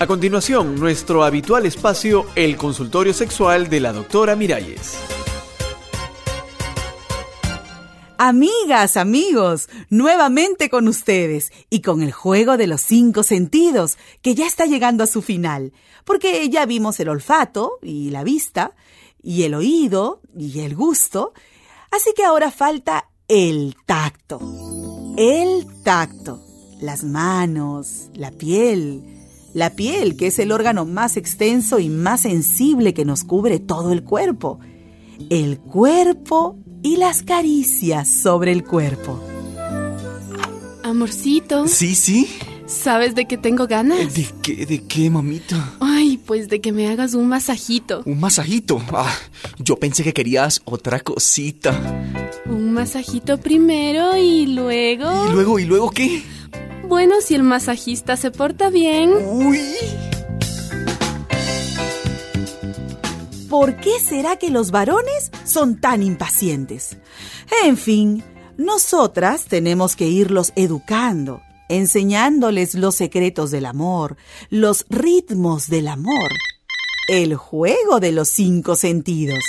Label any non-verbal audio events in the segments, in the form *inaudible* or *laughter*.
A continuación, nuestro habitual espacio, el consultorio sexual de la doctora Miralles. Amigas, amigos, nuevamente con ustedes y con el juego de los cinco sentidos, que ya está llegando a su final, porque ya vimos el olfato y la vista, y el oído y el gusto, así que ahora falta el tacto. El tacto, las manos, la piel, la piel que es el órgano más extenso y más sensible que nos cubre todo el cuerpo. El cuerpo y las caricias sobre el cuerpo. Amorcito, Sí, sí. Eh, ¿sabes de qué tengo ganas? ¿De qué, de qué, mamita? Ay, pues de que me hagas un masajito. Un masajito. Ah, yo pensé que querías otra cosita. Un masajito primero y luego... ¿Y luego, y luego qué? Bueno, si el masajista se porta bien... Uy. ¿Por qué será que los varones son tan impacientes? En fin, nosotras tenemos que irlos educando, enseñándoles los secretos del amor, los ritmos del amor, el juego de los cinco sentidos.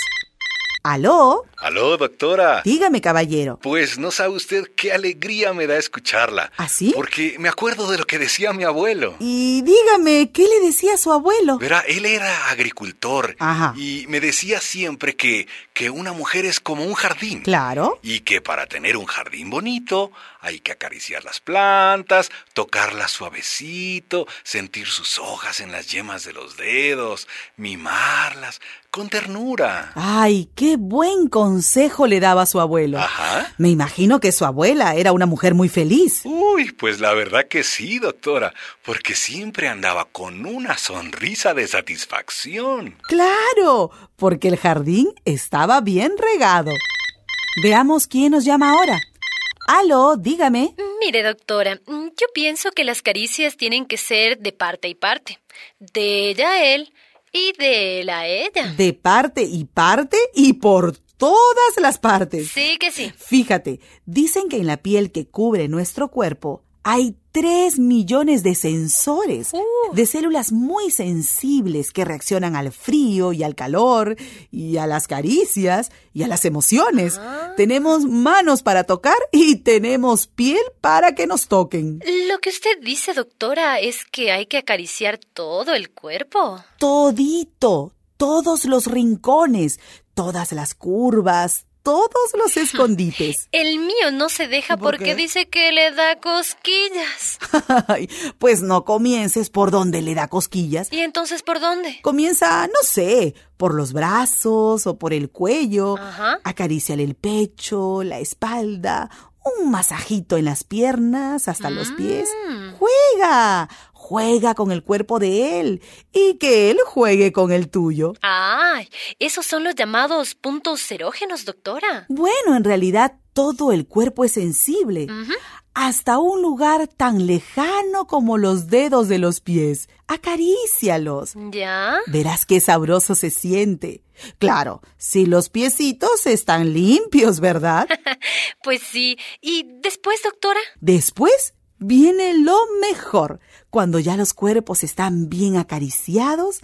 Aló, Aló, doctora. dígame caballero. Pues no sabe usted qué alegría me da escucharla. ¿Ah, sí? Porque me acuerdo de lo que decía mi abuelo. Y dígame, ¿qué le decía su abuelo? Verá, él era agricultor Ajá. y me decía siempre que, que una mujer es como un jardín. Claro. Y que para tener un jardín bonito hay que acariciar las plantas, tocarlas suavecito, sentir sus hojas en las yemas de los dedos, mimarlas con ternura. Ah, Ay, qué buen consejo le daba su abuelo. Ajá. Me imagino que su abuela era una mujer muy feliz. Uy, pues la verdad que sí, doctora, porque siempre andaba con una sonrisa de satisfacción. Claro, porque el jardín estaba bien regado. Veamos quién nos llama ahora. Aló, dígame. Mire, doctora, mm, yo pienso que las caricias tienen que ser de parte y parte, de ella a él y de él a ella. De parte y parte y por todas las partes. Sí que sí. Fíjate, dicen que en la piel que cubre nuestro cuerpo hay 3 millones de sensores, Uh. de células muy sensibles que reaccionan al frío y al calor y a las caricias y a las emociones. Tenemos manos para tocar y tenemos piel para que nos toquen. Lo que usted dice, doctora, es que hay que acariciar todo el cuerpo. Todito, todos los rincones, todas las curvas, todos los escondites. *laughs* El mío no se deja ¿Por porque qué? dice que le da cosquillas. Ay, pues no comiences por donde le da cosquillas. ¿Y entonces por dónde? Comienza, no sé, por los brazos o por el cuello. Ajá. Acaríciale el pecho, la espalda, un masajito en las piernas hasta los pies. Mm. Juega, juega con el cuerpo de él y que él juegue con el tuyo. Ay, esos son los llamados puntos erógenos, doctora. Bueno, en realidad todo el cuerpo es sensible, Ujú. hasta un lugar tan lejano como los dedos de los pies. Acarícialos. ¿Ya? Verás qué sabroso se siente. Claro, si los piecitos están limpios, ¿verdad? Pues sí. ¿Y después, doctora? Después viene lo mejor. Cuando ya los cuerpos están bien acariciados,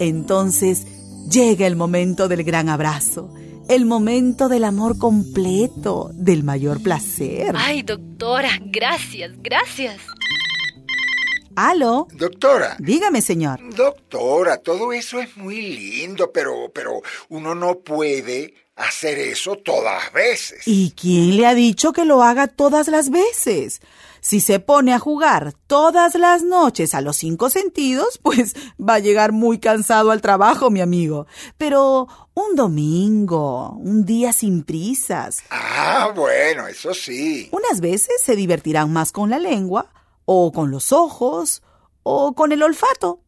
entonces llega el momento del gran abrazo, el momento del amor completo, del mayor placer. Ay, doctora, gracias, gracias. ¿Aló? Doctora, Dígame, señor. doctora, todo eso es muy lindo, pero, pero uno no puede hacer eso todas veces. ¿Y quién le ha dicho que lo haga todas las veces? Si se pone a jugar todas las noches a los cinco sentidos, pues va a llegar muy cansado al trabajo, mi amigo. Pero un domingo, un día sin prisas, Ah, bueno, eso sí. unas veces se divertirán más con la lengua, o con los ojos, o con el olfato.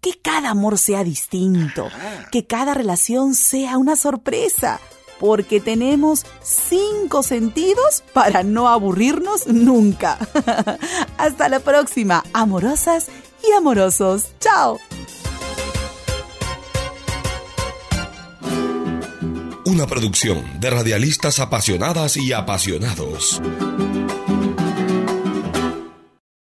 Que cada amor sea distinto, Ah, que cada relación sea una sorpresa, porque tenemos cinco sentidos para no aburrirnos nunca. *laughs* Hasta la próxima, amorosas y amorosos. Chao. Una producción de radialistas apasionadas y apasionados.